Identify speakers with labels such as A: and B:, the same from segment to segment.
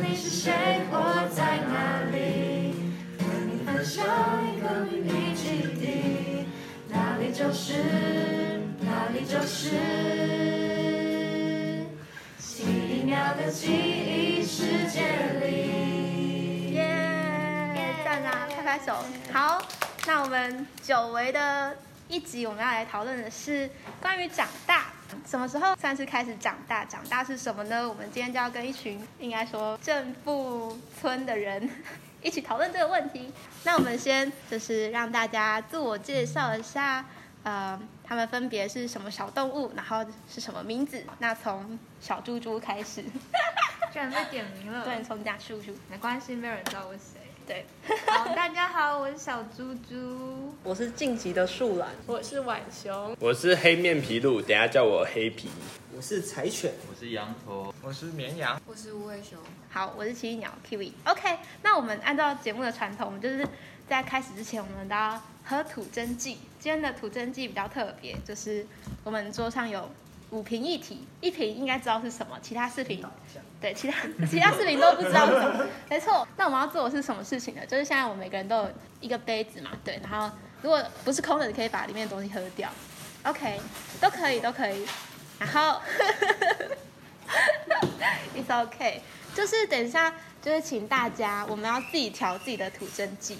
A: 你是谁，我在哪里？跟你分享一个秘密基地，哪里就是哪里就是。新一秒的记忆世界里。
B: 耶，赞啊，拍拍手。好，那我们久违的一集，我们要来讨论的是关于长大，什么时候算是开始长大？长大是什么呢？我们今天就要跟一群应该说正负村的人 一起讨论这个问题。那我们先就是让大家自我介绍一下。呃，他们分别是什么小动物，然后是什么名字？那从小猪猪开始，
C: 居然被点名了，
B: 对，，从家叔叔，
C: 没关系，没有人知道我是谁。
B: 对，
C: 好，大家好，我是小猪猪。
D: 我是晋级的树懒，
E: 我是婉雄，
F: 我是黑面皮鹿，等一下叫我黑皮。
G: 我是柴犬，
H: 我是羊驼，
G: 我是绵羊，
I: 我是无尾熊，
B: 好，我是奇异鸟 Kiwi。OK，那我们按照节目的传统，我们就是在开始之前，我们都要喝吐真剂。今天的吐真剂比较特别，就是我们桌上有五瓶一体，一瓶应该知道是什么，其他四瓶对，其他其他事情都不知道是什么。没错，那我们要做的是什么事情呢？就是现在我们每个人都有一个杯子嘛，对，然后如果不是空的，你可以把里面的东西喝掉。OK，都可以，都可以。然后，It's OK，就是等一下，就是请大家，我们要自己调自己的吐真剂。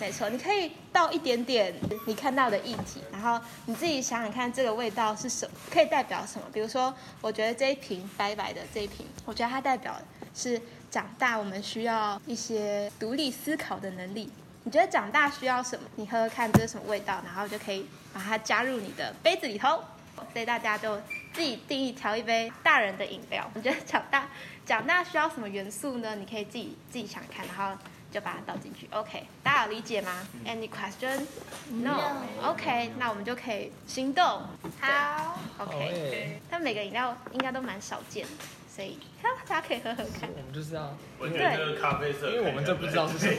B: 没错，你可以倒一点点你看到的液体，然后你自己想想看这个味道是什么，可以代表什么。比如说，我觉得这一瓶白白的这一瓶，我觉得它代表是长大，我们需要一些独立思考的能力。你觉得长大需要什么？你喝喝看这是什么味道，然后就可以把它加入你的杯子里头。所以大家就自己定义调一杯大人的饮料。你觉得长大长大需要什么元素呢？你可以自己自己想看，然后就把它倒进去。OK，大家有理解吗？Any question? No. OK，那我们就可以行动。好，OK。但每个饮料应该都蛮少见的，所以大家可以喝喝看。
G: 我们就是要，
F: 我
B: 觉得这
F: 个咖啡色
G: 因为我们这不知道是什么，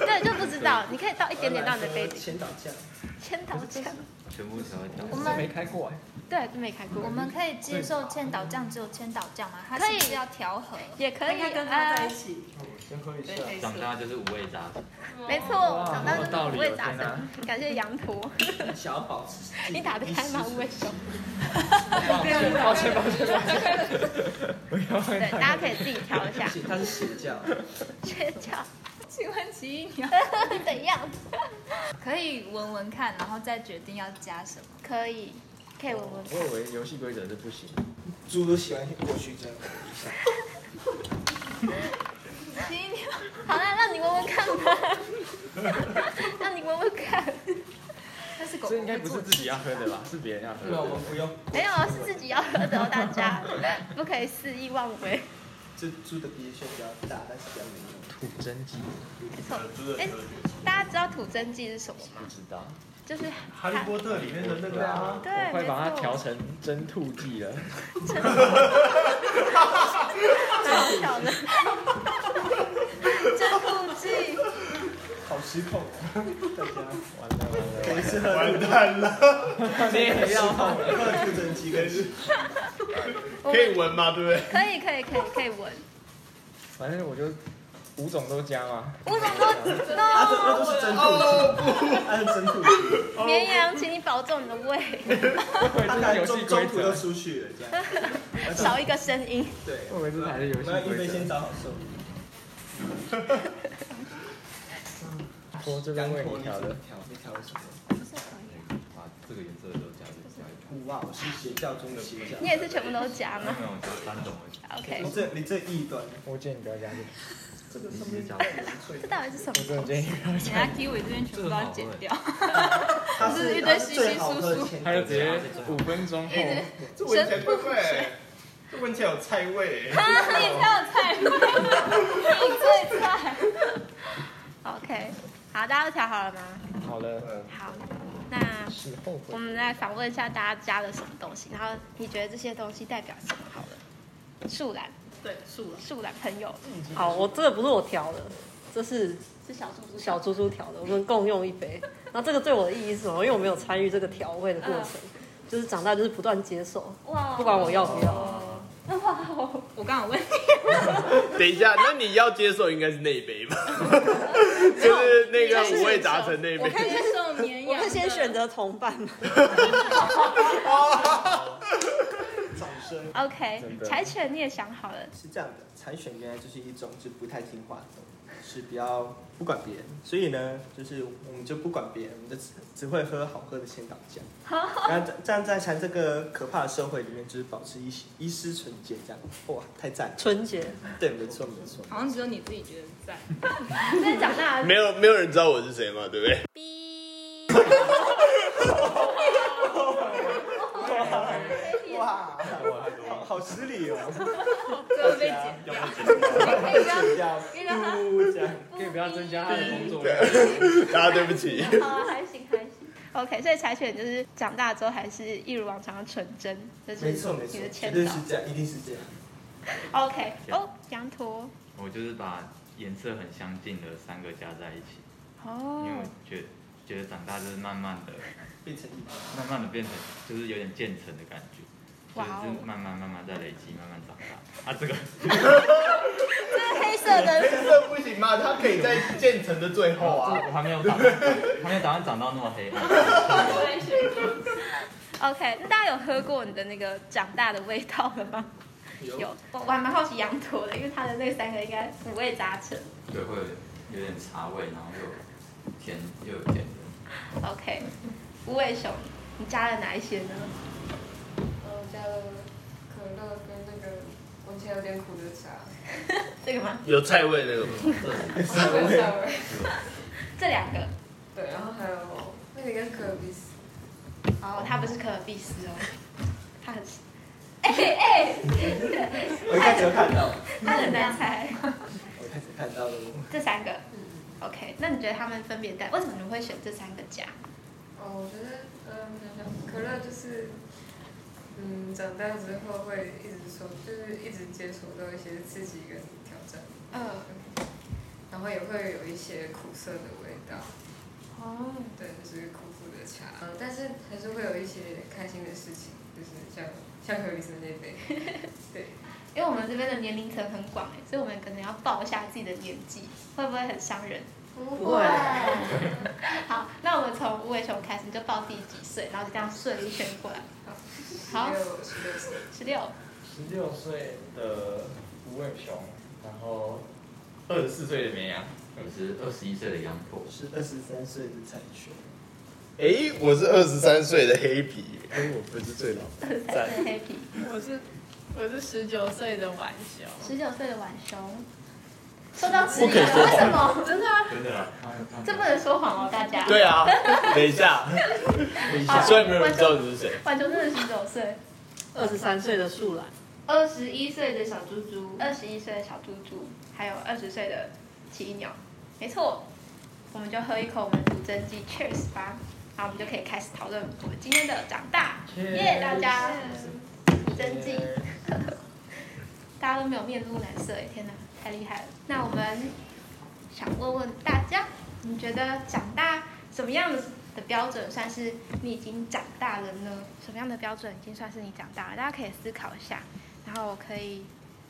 B: 对，就不知道，你可以倒一点点到你的杯子。
G: 前导酱，
B: 千岛酱，
H: 全部调一调。
I: 我
G: 没
I: 们
G: 开过哎，
B: 对，没开过。
I: 我们可以接受千岛酱只有千岛酱吗？它
B: 可
I: 是
B: 以
I: 不是要调和？
B: 也可以
E: 应该跟他在一
B: 呃
E: 起。
G: 先喝一下，
H: 长大就是五味杂陈，
B: 没错，
G: 哇
B: 长大
G: 有
B: 就
G: 道理
B: 不
G: 哦
B: 会打
G: 天哪
B: 针，感谢羊 驼。
G: 想要保持，
B: 你打得开吗？无尾熊。
G: 抱歉抱歉抱歉，不要
B: 对，
G: 害
B: 大家可以自己调一 下。
G: 他是邪教，
B: 缺角
I: 请问奇异鸟
B: 怎样？
I: 可以闻闻看，然后再决定要加什么？
B: 可以，可以闻闻。
G: 我以为游戏规则是不行，
J: 猪都喜欢过去这样闻一下，
I: 奇异鸟，
B: 好啦，让你闻闻看 吧。让你闻闻看。
I: 那是狗
G: 这
I: 狗
G: 应该
I: 会
G: 不
I: 做
G: 是
I: 的
G: 自己要喝的吧？是别人要喝
J: 对啊，我
G: 的，
J: 们不用，
B: 没有啊，是自己要喝的哦，大家不可以肆意妄为。
J: 这猪的鼻血比较大，但是比较没用。
G: 吐真机，
B: 没错。哎，大家知道吐真剂是什么吗？
G: 不知道，
B: 就是
H: 哈利波特里面的那个啊，
B: 对，
G: 我快把
B: 没
G: 它
B: 错
G: 调成真吐剂了，
B: 蛮好笑的。 真不济。
J: 好失控啊！大家
G: 完了完了，
J: 每次喝
F: 完 蛋了，
G: 你也要
J: 啊
G: 喝，
J: 喝吐真机跟
F: 可以闻吗？对不对？
B: 可以可以可以可以闻。
G: 反正我就五种都加嘛，
B: 吴总说 no。
J: 啊，这那都是真吐机，它是真吐机，
B: 绵羊，请你保重你的胃，
G: 我
J: 它
G: 以
J: 才
G: 为这是游戏
J: 中
G: 规
J: 中途
G: 则
J: 就，出去了，这样
G: 哦
B: 少一个声音。
J: 对。
G: 我以为这才是游戏
J: 我们要一
G: 规
J: 杯
G: 则
J: 先。找好受。嗯
G: 我这边为你 调的，
J: 调，你调了什么？
H: 把这个颜色的都加进去。
J: 哇，我是邪教中的邪教
B: 你。也是全部都夹吗
H: 没有，哦就三种而已。
B: ？OK，
J: 你这你这异端，
G: 我建议你不要加这
J: 这
G: 个，
J: 个
H: 你
J: 上
H: 直接
J: 面
H: 加。
B: 这到底是什么
G: 我？真的建议不要
I: 等
G: 加。
I: 下 Kiwi 这边全部都要剪掉，
J: 它
I: 这是一堆
J: 它是
I: 稀稀
J: 最好
I: 疏
J: 喝
I: 疏
J: 的前
G: 他就直接五分钟后，
F: 这闻起来怪怪欸，这闻起来有菜味欸。
I: 你才有菜吗？你最菜。
B: OK，好，大家都调好了吗？
G: 好了，
J: 嗯
B: 好，那
G: 是后
B: 我
G: 悔。
B: 们来访问一下大家加了什么东西，然后你觉得这些东西代表什么？好了，树懒，
E: 对，树了。
B: 树懒朋友
D: 好，我这个不是我调的，这是
B: 是小猪猪
D: 小猪猪调的，我们共用一杯。那这个对我的意义是什么？因为我没有参与这个调味的过程，就是长大就是不断接受，
B: 哇
D: 不管我要不要。
I: 我刚好问你，
G: 等一下，那你要接受应该是那一杯 吧？就是那个五味杂陈那一
E: 我
G: 杯。
E: 可以接受绵
D: 我
E: 羊的，
D: 会先选择同伴，
J: 掌声。
B: OK，
J: 真的
B: 柴犬你也想好了，
J: 是这样的，柴犬原来就是一种就不太听话的动物，是比较不管别人，所以呢，就是我们就不管别人，我们就只只会喝好喝的千岛 酱。然后这这样在才这个可怕的社会里面，就是保持一丝一丝纯洁，这样哇，太赞了！
D: 纯洁。
J: 对，没错没错。
E: 好像只有你自己觉得 在。
B: 真的长大了
G: 没有没有人知道我是谁嘛，对不对？
J: 哇，好好失礼哦，
I: 最后被剪掉。
J: 这样嘟这样，
G: 可以不要增加他的工作量。大家对不起。
B: 好啊，还行还行。OK，所以柴犬就是长大之后还是一如往常的纯真，就是
J: 没错没错
B: 你的，
J: 绝
B: 前
J: 对
B: 导
J: 是。这样，一定是这样。
B: OK，哦，羊驼，
H: 我就是把颜色很相近的三个加在一起，因
B: 哦
H: 为我，觉得觉得长大就是慢慢的、
J: 变成一体
H: 慢慢的变成，就是有点渐层的感觉。就
B: 哇
H: 是
B: 哦
H: 就是慢慢慢慢在累积，慢慢长大啊！这 个
B: 黑色的
G: 黑色不行嘛，它可以在建成的最后啊。
H: 我还没有打算，还没有打算长到那么黑暗。
B: OK，那大家有喝过你的那个长大的味道了吗？
J: 有
B: 我我还蛮好奇羊驼的，因为它的那三个应该五味杂陈。
H: 对，会有点茶味，然后又甜又有甜的。
B: OK，五味熊，你加了哪一些呢？
K: 然后加了可乐跟那个闻起来有点苦的茶，
B: 这个吗？
G: 有菜味那个吗？
K: 然后味道而已
B: 这两个？
K: 对，然后还有那个应该是可比斯，
B: 哦，它不是可尔必斯哦，它很，哎哎、
J: 我一开始有看到，
B: 它很难猜。
J: 我一开始看到了，
B: 这三个，OK，那你觉得他们分别代？为什么你会选这三个家？
K: 哦，我觉得，嗯，想想可乐就是，嗯，长大之后会一直说，就是一直接触到一些刺激跟挑战，
B: 嗯，
K: 然后也会有一些苦涩的味道，
B: 哦，
K: 对，就是苦苦的茶，嗯，但是还是会有一些开心的事情，就是像像可比斯那杯， 对，
B: 因为我们这边的年龄层很广哎，所以我们可能要报一下自己的年纪，会不会很伤人？
K: 不
D: 会
B: 好，那我们从无尾熊开始，你就报自己几岁，然后就这样顺利圈过来。好
K: 没，有十六岁，
B: 十六，
G: 十六岁的无尾熊，然后二十四岁的绵羊。
H: 我是二十一岁的杨破，
J: 是二十三岁的柴犬。
G: 诶，我是二十三岁的黑皮，因为我不是最老的。
B: 才是黑皮，
E: 我是我是十九岁的晚熊，
B: 十九岁的浣熊。说到十九，
G: 不可以说
B: 为
G: 谎
B: 什么？真的吗？
H: 真的啦，啊
B: 这不能说谎哦，大家。
G: 对啊，等一下，
B: 啊
G: 虽然没有人知道你是谁。
B: 浣熊真的十九岁，
D: 二十三岁的树懒，
C: 二十一岁的小猪猪，
B: 二十一岁的小猪猪，还有二十岁的奇异鸟。没错，我们就喝一口我们的古筝鸡 Cheers 吧，然后我们就可以开始讨论我们今天的长大。耶大家，古筝鸡， 大家都没有面露难色哎，天哪，太厉害了！那我们想问问大家，你觉得长大什么样的的标准算是你已经长大了呢？什么样的标准已经算是你长大了？大家可以思考一下，然后可以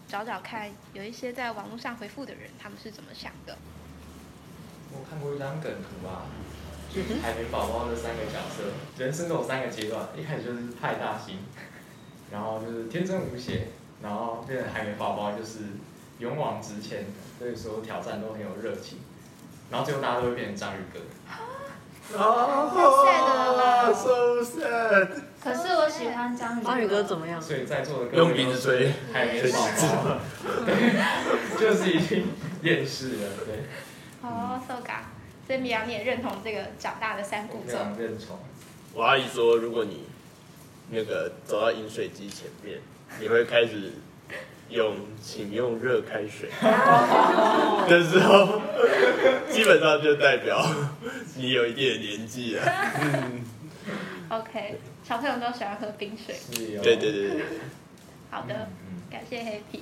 B: 找找看，有一些在网络上回复的人，他们是怎么想的。
G: 我看过一张梗图啊，就海绵宝宝的三个角色，人生都有三个阶段，一开始就是派大星，然后就是天真无邪，然后变成海绵宝宝就是勇往直前，对所有挑战都很有热情，然后最后大家都会变成章鱼哥。
B: 太 sad 了吧
G: so sad。
C: 可是我喜欢章鱼。
D: 章鱼哥怎么样？
G: 所以在座的各位用鼻子吹，海绵宝宝，对，就是已经厌世了，对，
B: 哦，so ga，所以米阳你也认同这个长大的三步
G: 非
B: 骤。
G: 常认同。
L: 我阿姨说，如果你那个走到饮水机前面，你会开始用请用热开水的时候，基本上就代表你有一定的年纪了。
B: OK，小朋友都喜欢喝冰水。
G: 是哦嗯
L: 对对对对对，
B: 好的，感谢 Happy。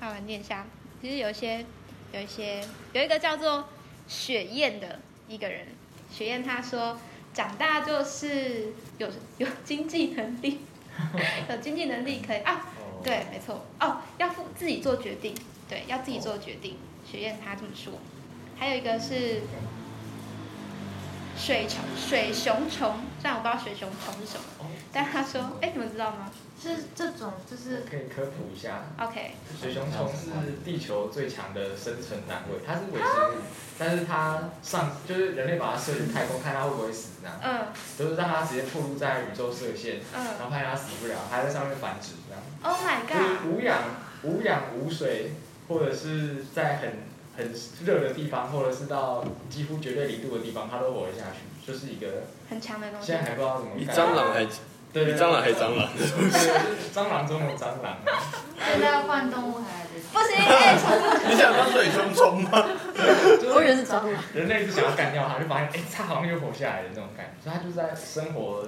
B: 那我来念一下，其实有一些，有一些，有一个叫做雪燕的一个人，雪燕她说，长大就是有有经济能力，有经济能力可以啊，对，没错。哦，要负自己做决定，对，要自己做决定。学院他这么说。还有一个是水虫、水熊虫，虽然我不知道水熊虫是什
G: 哦
B: 么，但他说，哎，你们知道吗？是这种，就是
G: 可以科普一下。
B: OK，
G: 水熊虫是地球最强的生存单位，它是微生物，但是它上就是人类把它射去太空，看它会不会死这样，
B: 嗯，
G: 就是让它直接暴露在宇宙射线，
B: 嗯
G: 然后发现它死不了，它还在上面繁殖这样。
B: ，Oh my
G: 就是
B: god，
G: 无氧、无氧、无水，或者是在很很热的地方，或者是到几乎绝对零度的地方，它都活得下去，就是一个
B: 很强的东西
G: 现在。还不知道怎么
L: 比
G: 干
L: 蟑螂还，
G: 对
L: 比蟑螂还蟑螂。
G: 对蟑螂中的蟑螂。啊
C: 现在换动物还来得及。
B: 不行，哎，宠物
L: 你想当水熊虫吗？
D: 我以为是蟑螂。
G: 人类就想要干掉它，就发现哎，它好像又活下来的那种感觉，所以它就是在生活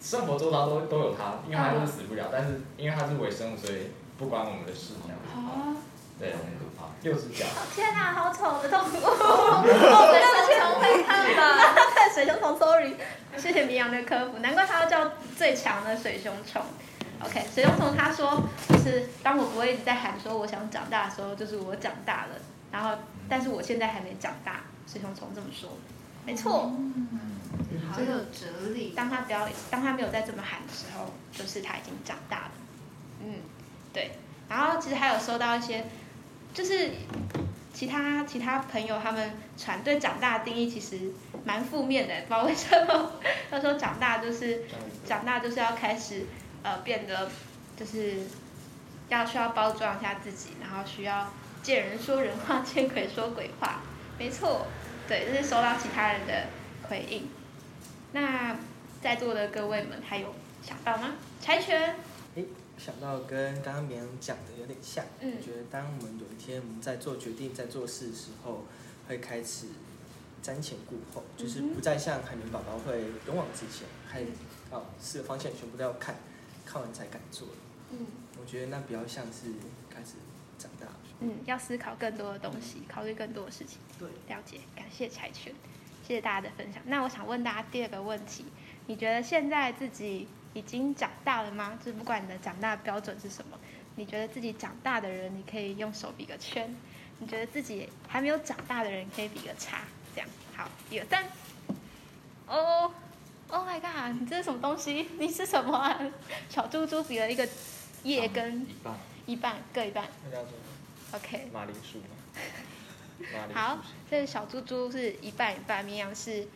G: 生活周遭都都有它，因为它就是死不了，但是因为它是微生物，所以不关我们的事。这样
B: 哦，
G: 对，好，六只脚。
B: 天哪，好丑的动物！
I: 水熊虫会看吧？
B: 水熊虫，sorry，谢谢绵羊的科普，难怪它要叫最强的水熊虫。OK，水熊虫他说，就是当我不会一直在喊说我想长大的时候，就是我长大了，然后但是我现在还没长大，水熊虫这么说，没错。
C: 好有哲理。
B: 当他不要，当他没有再这么喊的时候，就是他已经长大了。嗯，对。然后其实还有收到一些，就是其他其他朋友他们传对长大的定义其实蛮负面的，不知道为什么。 他说长大就是长大就是要开始呃变得就是要需要包装一下自己，然后需要见人说人话，见鬼说鬼话。没错，对，这是收到其他人的回应。那在座的各位们还有想到吗？柴犬，
J: 诶，想到跟刚刚绵羊讲的有点像，
B: 嗯
J: 我觉得当我们有一天我们在做决定、在做事的时候，会开始瞻前顾后，就是
B: 嗯哼
J: 不再像海绵宝宝会勇往直前，看哦四个方向全部都要看，看完才敢做。
B: 嗯
J: 我觉得那比较像是开始长大。
B: 嗯，要思考更多的东西，考虑更多的事情。
J: 对，
B: 了解，感谢柴犬，谢谢大家的分享。那我想问大家第二个问题，你觉得现在自己已经长大了吗？就是不管你的长大标准是什么，你觉得自己长大的人，你可以用手比个圈；你觉得自己还没有长大的人，可以比个叉。这样，好，一二三。哦、o h my god！你这是什么东西？你是什么、啊？ 小猪猪比了一个
H: 啊
B: 叶跟
G: 一半，
B: 一半，各一半。
G: 那叫做
B: OK，
G: 马铃薯吗？马铃薯
B: 好，这小猪猪是一半一半，绵羊是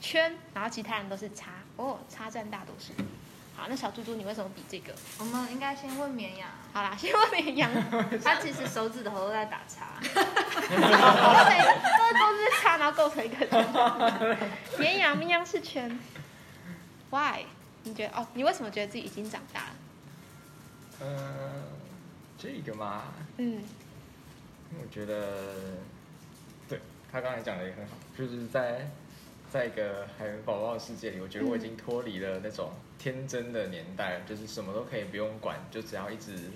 B: 圈，然后其他人都是叉。哦，叉占大多数。好，那小猪猪你为什么比这个？
I: 我们应该先问绵羊，
B: 好啦，先问绵羊，哦
I: 他其实手指头都在打叉。
B: 对，这都是叉，然后构成一个圈。绵羊，绵羊是圈。Why？你觉得哦？你为什么觉得自己已经长大了？
G: 呃，这个嘛，
B: 嗯
G: 我觉得，对他刚才讲的也很好，就是在在一个海绵宝宝的世界里，我觉得我已经脱离了那种天真的年代，就是什么都可以不用管，就只要一直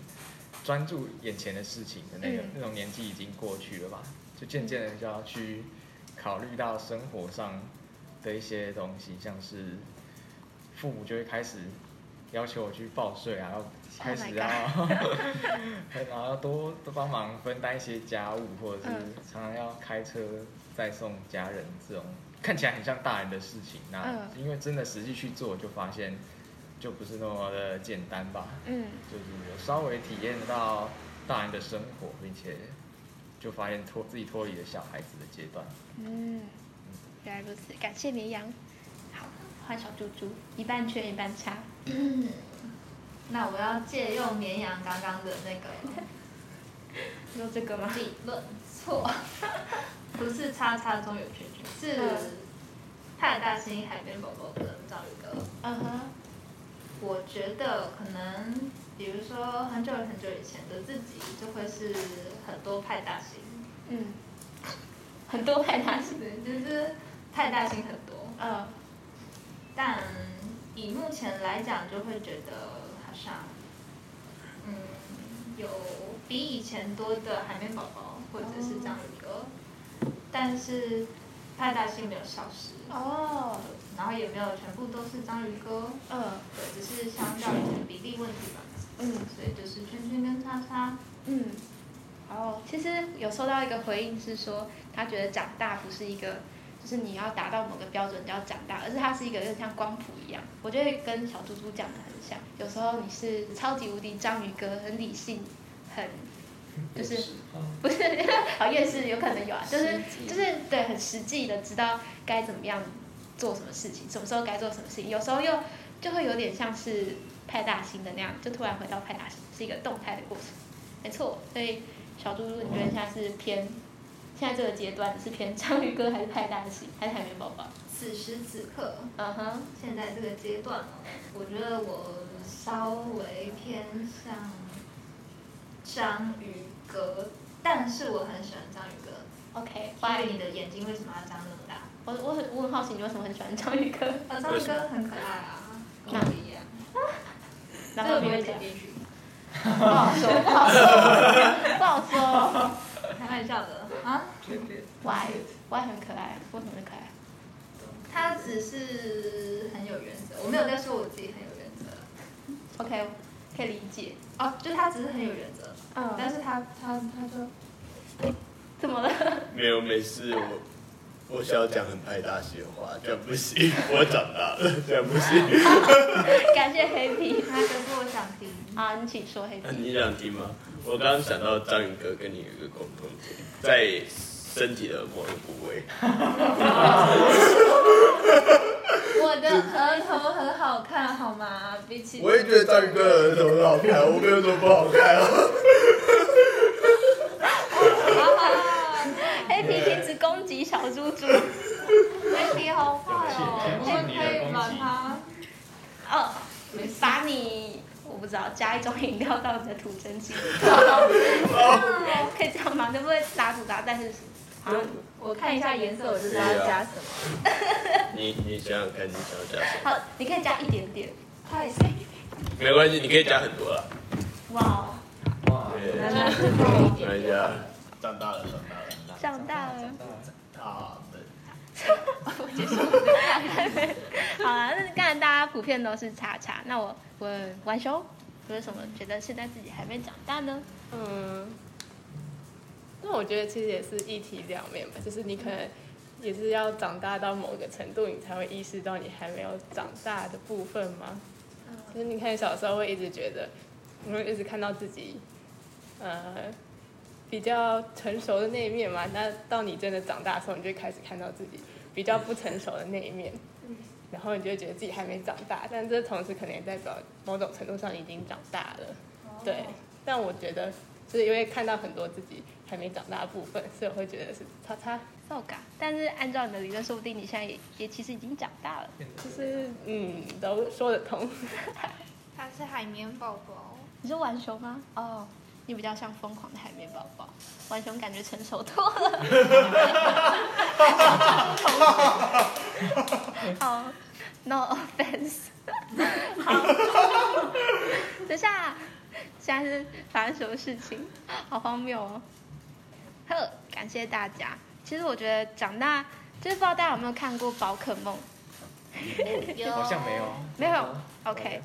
G: 专注眼前的事情的那个、
B: 嗯
G: 那种年纪已经过去了吧，就渐渐的就要去考虑到生活上的一些东西，像是父母就会开始要求我去报税啊，要开始要然后要多多帮忙分担一些家务，或者是
B: 嗯
G: 常常要开车再送家人这种看起来很像大人的事情。那
B: 嗯
G: 因为真的实际去做，就发现就不是那么的简单吧。
B: 嗯
G: 就是有稍微体验到大人的生活，并且就发现脱自己脱离了小孩子的阶段。
B: 嗯，原来如此，感谢绵羊。好，换小猪猪，一半圈一半叉。
C: 那我要借用绵羊刚刚的那个
B: 用这个吗？
C: 理论，错，不是叉叉中有圈圈，是派大星海绵宝宝的造语歌。
B: 嗯哼，
C: 我觉得可能，比如说很久很久以前的自己，就会是很多派大星，
B: 嗯，很多派大 星。
C: 对，就是派大星很多。
B: 嗯
C: 但以目前来讲，就会觉得好像，嗯，有比以前多的海绵宝宝或者是章鱼哥，但是派大星没有消失，
B: 哦，
C: 然后也没有全部都是章鱼哥，
B: 嗯
C: 对，只是相较以前比例问题吧。嗯，所以就是圈圈跟叉叉。
B: 嗯，然后其实有收到一个回应是说，他觉得长大不是一个，就是你要达到某个标准你就要长大，而是它是一个有点像光谱一样。我觉得跟小猪猪讲的很像，有时候你是超级无敌章鱼哥，很理性，很就是不是好厌世，有可能有啊，就是就是对很实际的知道该怎么样做什么事情，什么时候该做什么事情，有时候又就会有点像是派大星的那样，就突然回到派大星，是一个动态的过程。没错，所以小猪猪，你觉得现在是偏现在这个阶段你是偏章鱼哥还是派大星还是海绵宝宝？
C: 此时此刻，
B: 嗯哼，
C: 现在这个阶段哦，我觉得我稍微偏向章鱼哥，但是我很喜欢章鱼哥。
B: OK，
C: 所以你的眼睛为什么要张那么大？
B: 我我很我很好奇，你为什么很喜欢章鱼哥？
C: 啊，章鱼哥很可爱啊，跟我一样。
B: 然后你会
C: 这
B: 讲
C: 个我没有剪进去
B: 不好说，不好说，不好说。
C: 开玩笑的啊。
B: Y Y 很可爱，为什么很可爱？
C: 他只是很有原则，我没有在说我自己很有原则
B: OK，可以理解。
C: 哦，就他只是很有原则，
B: 嗯
C: 但是他他他就
B: 怎 么了？
L: 没有，没事，我我想要讲很派大星的话，这样不行，我长大 了，这样不行。
B: 感谢黑皮，
C: 他可是我想听。
B: 啊，你请说黑
L: 那
B: 皮。
L: 你想听吗？我刚刚想到章鱼哥跟你有一个共同点，在身体的某个部位。
C: 我的额头很好看，好吗？比起
L: 我也觉得章鱼哥的额头很好看，我没有说不好看啊。
B: 黑皮停止攻击小猪猪。
C: 黑皮好坏哦，我们可以把它
B: 哦，把你我不知道加一种饮料到你的吐真 机，可以这样吗？能不能打赌打？但是好像
C: 我看一下颜色，我就知道要加什么。
L: 你你想想看，你想要加什
B: 好，你可以加一点点。
C: 快
L: 么？没关系，你可以加很多啦。啊
B: 哇哦，
L: 对，等一下，长大了，长大了，长大了
B: 长大了。
L: 啊，对。
B: 好了，那刚才大家普遍都是叉叉，那我问完修，有什么觉得现在自己还没长大呢？
E: 嗯，那我觉得其实也是一体两面吧，就是你可能也是要长大到某个程度，你才会意识到你还没有长大的部分嘛。就是你看小时候会一直觉得，你会一直看到自己，呃，比较成熟的那一面嘛。那到你真的长大的时候，你就会开始看到自己比较不成熟的那一面，然后你就会觉得自己还没长大，但这同时可能也代表某种程度上已经长大了。对，但我觉得就是因为看到很多自己还没长大的部分，所以我会觉得是叉叉，
B: 糟糕！但是按照你的理论，说不定你现在也也其实已经长大了。
E: 就是嗯都说得通。
I: 他是海绵宝宝，
B: 你是浣熊吗？哦，你比较像疯狂的海绵宝宝，浣熊感觉成熟多了。好，no offense。好，等一下，现在是发生什么事情？好荒谬哦！呵，感谢大家。其实我觉得长大，就是不知道大家有没有看过宝可梦？
G: 好像没有。
B: 没有，OK。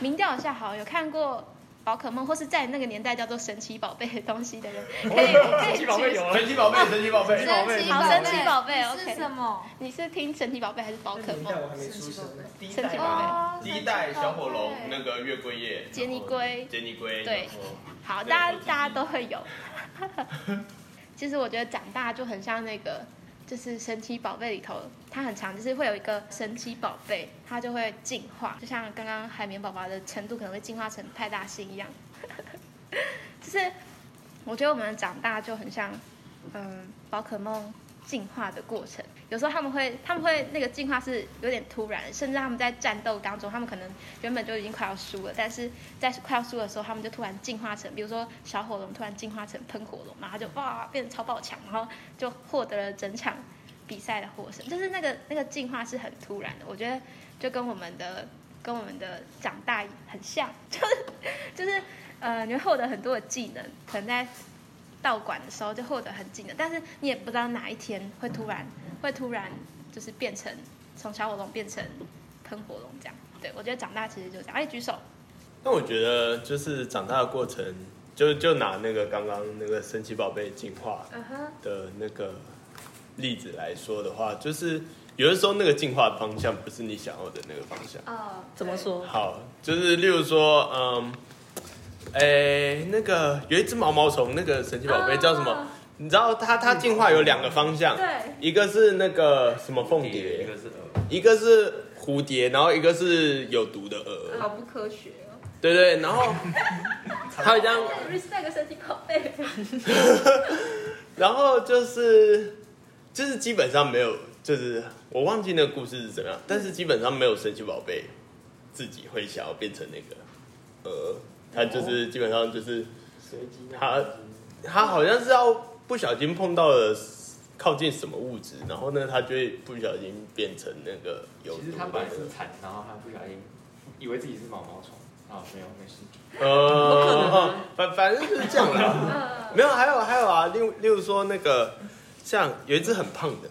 B: 民调一下好，有看过宝可梦或是在那个年代叫做神奇宝贝的东西的人，可以可以举手。
F: 神奇宝贝，神奇宝贝，
B: 好，神奇宝贝
I: 你是
B: ，OK。
I: 什么？
B: 你是听神奇宝贝还是宝可
J: 你
B: 梦
J: 看？我还没出生呢，
F: 第一
B: 神奇
F: 代
B: 宝贝。
L: 第一代小火龙，那个月桂叶，
B: 杰尼龟
L: 杰尼龟，
B: 对
L: 然后
B: 好，大家大家都会有。 其实我觉得长大就很像那个，就是神奇宝贝里头，它很长，就是会有一个神奇宝贝，它就会进化，就像刚刚海绵宝宝的程度可能会进化成派大星一样。 就是我觉得我们长大就很像，嗯，宝可梦进化的过程。有时候他们会，他们会那个进化是有点突然，甚至他们在战斗当中，他们可能原本就已经快要输了，但是在快要输的时候，他们就突然进化成，比如说小火龙突然进化成喷火龙，然后它就哇变得超爆强，然后就获得了整场比赛的获胜。就是那个那个进化是很突然的，我觉得就跟我们的跟我们的长大很像， 就是就是呃，你会获得很多的技能，可能在道馆的时候就获得很技能，但是你也不知道哪一天会突然会突然就是变成从小火龙变成喷火龙这样。对我觉得长大其实就这样。哎，举手。
L: 但我觉得就是长大的过程，就就拿那个刚刚那个神奇宝贝进化
B: 嗯哼
L: 的那个例子来说的话，就是有的时候那个进化的方向不是你想要的那个方向。
C: 哦，
D: 怎么说？
L: 好，就是例如说，嗯，哎、那个有一只毛毛虫，那个神奇宝贝叫什么？你知道它它进化有两个方向，
C: 啊对
L: 一个是那个什么凤蝶，一个是一个是蝴蝶，然后一个是有毒的蛾，
C: 好不科学哦。
L: 对对，然后它会这样
C: respect 神奇宝贝，
L: 然后就是就是基本上没有，就是我忘记那个故事是怎么样，但是基本上没有神奇宝贝自己会想要变成那个呃，他就是基本上就是
J: 随机的
L: 他他好像是要不小心碰到了靠近什么物质，然后呢，他就会不小心变成那个有毒
G: 其
L: 的。
G: 实他本来是蚕，然后他不小心以为自己是毛毛虫，啊，没有，没事。
L: 呃，哦反反正就是这样啦。没有，还有还有啊，例如例如说那个，像有一只很胖的，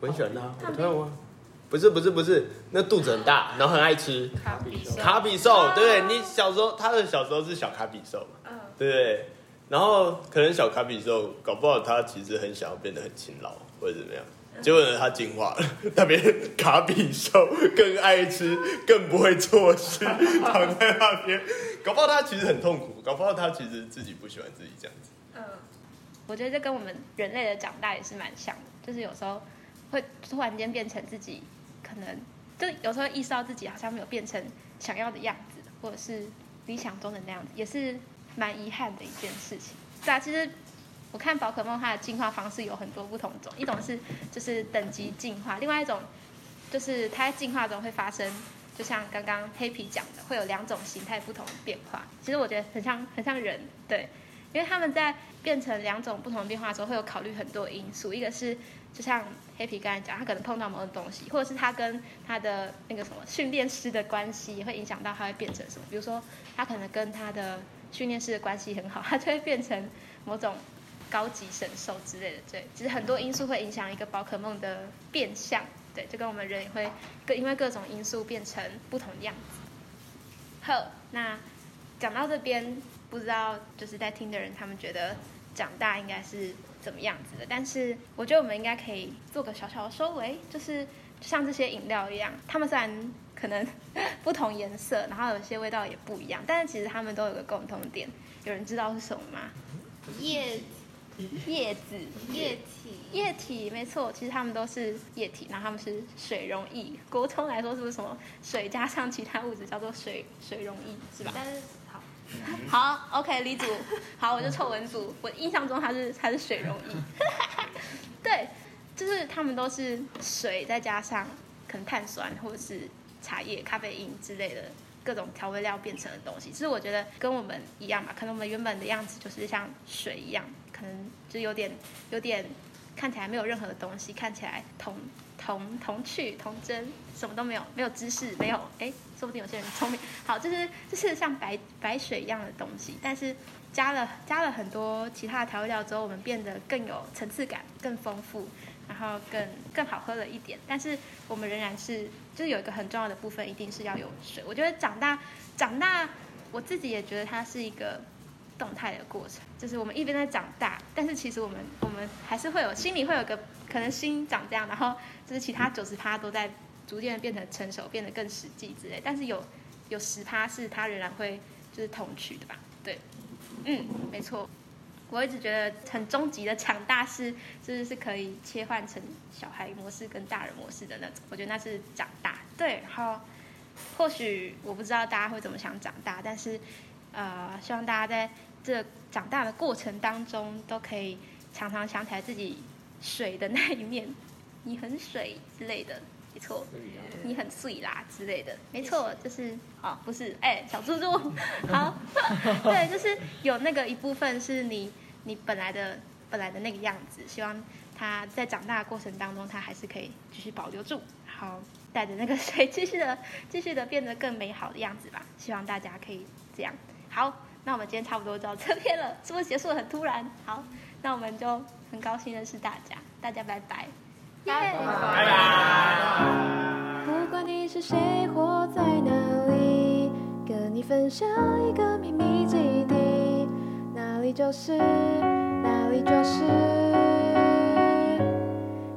L: 我很喜欢它，我突然忘了，不是不是不是，那肚子很大，然后很爱吃
C: 卡比兽
L: 卡比兽，对你小时候，它的小时候是小卡比兽嘛，
C: 嗯
L: 对不对？然后可能小卡比兽搞不好它其实很想要变得很勤劳或者怎么样。结果呢，它进化了，它变成卡比兽，更爱吃，更不会做事，躺在那边搞不好他其实很痛苦，搞不好他其实自己不喜欢自己这样子。
B: 嗯，我觉得这跟我们人类的长大也是蛮像的，就是有时候会突然间变成自己，可能就有时候意识到自己好像没有变成想要的样子，或者是理想中的那样子，也是蛮遗憾的一件事情。对啊，其实我看宝可梦它的进化方式有很多不同种，一种是就是等级进化，另外一种就是它在进化中会发生，就像刚刚黑皮讲的，会有两种形态不同的变化。其实我觉得很像很像人，对，因为他们在变成两种不同的变化的时候，会有考虑很多因素，一个是就像黑皮刚才讲，他可能碰到某种东西，或者是他跟他的那个什么训练师的关系，也会影响到他会变成什么。比如说他可能跟他的训练师的关系很好， 他就会变成某种高级神兽之类的，对，其实很多因素会影响一个宝可梦的变相，对，就跟我们人也会各因为各种因素变成不同的样子。好，那讲到这边，不知道就是在听的人他们觉得长大应该是怎么样子的，但是我觉得我们应该可以做个小小的收尾，就是就像这些饮料一样，它们虽然可能不同颜色，然后有些味道也不一样，但是其实它们都有个共同点，有人知道是什么吗？叶叶子
C: 液
B: 体液体没错，其实它们都是液体，然后它们是水溶液。国通来说是不是什么水加上其他物质叫做水水溶液是吧？
C: 但是
B: 好好，OK，李组，好，我就臭文组，我印象中它是它是水溶液， 对，就是它们都是水再加上可能碳酸或者是茶叶、咖啡因之类的各种调味料变成的东西。其实我觉得跟我们一样吧，可能我们原本的样子就是像水一样，可能就是有点有点看起来没有任何的东西，看起来童童童趣童真，什么都没有，没有知识，没有哎，说不定有些人聪明。好，就是就是像白白水一样的东西，但是加了加了很多其他的调味料之后，我们变得更有层次感，更丰富，然后更更好喝了一点。但是我们仍然是就是有一个很重要的部分，一定是要有水。我觉得长大长大，我自己也觉得它是一个动态的过程，就是我们一边在长大，但是其实我们我们还是会有心里会有个可能心长这样，然后就是其他九十趴都在逐渐地变得成熟，变得更实际之类，但是有有十趴是它仍然会就是童趣的吧，对，嗯，没错。我一直觉得很终极的长大是，就是是可以切换成小孩模式跟大人模式的那种。我觉得那是长大，对。然后或许我不知道大家会怎么想长大，但是呃，希望大家在这长大的过程当中，都可以常常想起来自己水的那一面，你很水之类的，没错，你很碎啦之类的，没错，就是哦，不是，哎、小猪猪， 好，对，就是有那个一部分是你你本来的本来的那个样子，希望他在长大的过程当中，他还是可以继续保留住，然后带着那个 水继续的继续的变得更美好的样子吧。希望大家可以这样。好，那我们今天差不多就到这边了，是不是结束的很突然？好，那我们就很高兴认识大家，大家拜拜，拜拜。
A: 不管你是谁，活在哪里，跟你你分享一个秘密基地，哪里就是哪里就是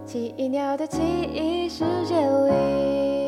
A: 奇异鸟的奇异世界里。